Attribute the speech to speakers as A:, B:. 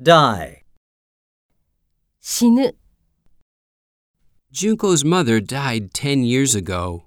A: die,
B: 死ぬ。
C: Junko's mother died 10 years ago.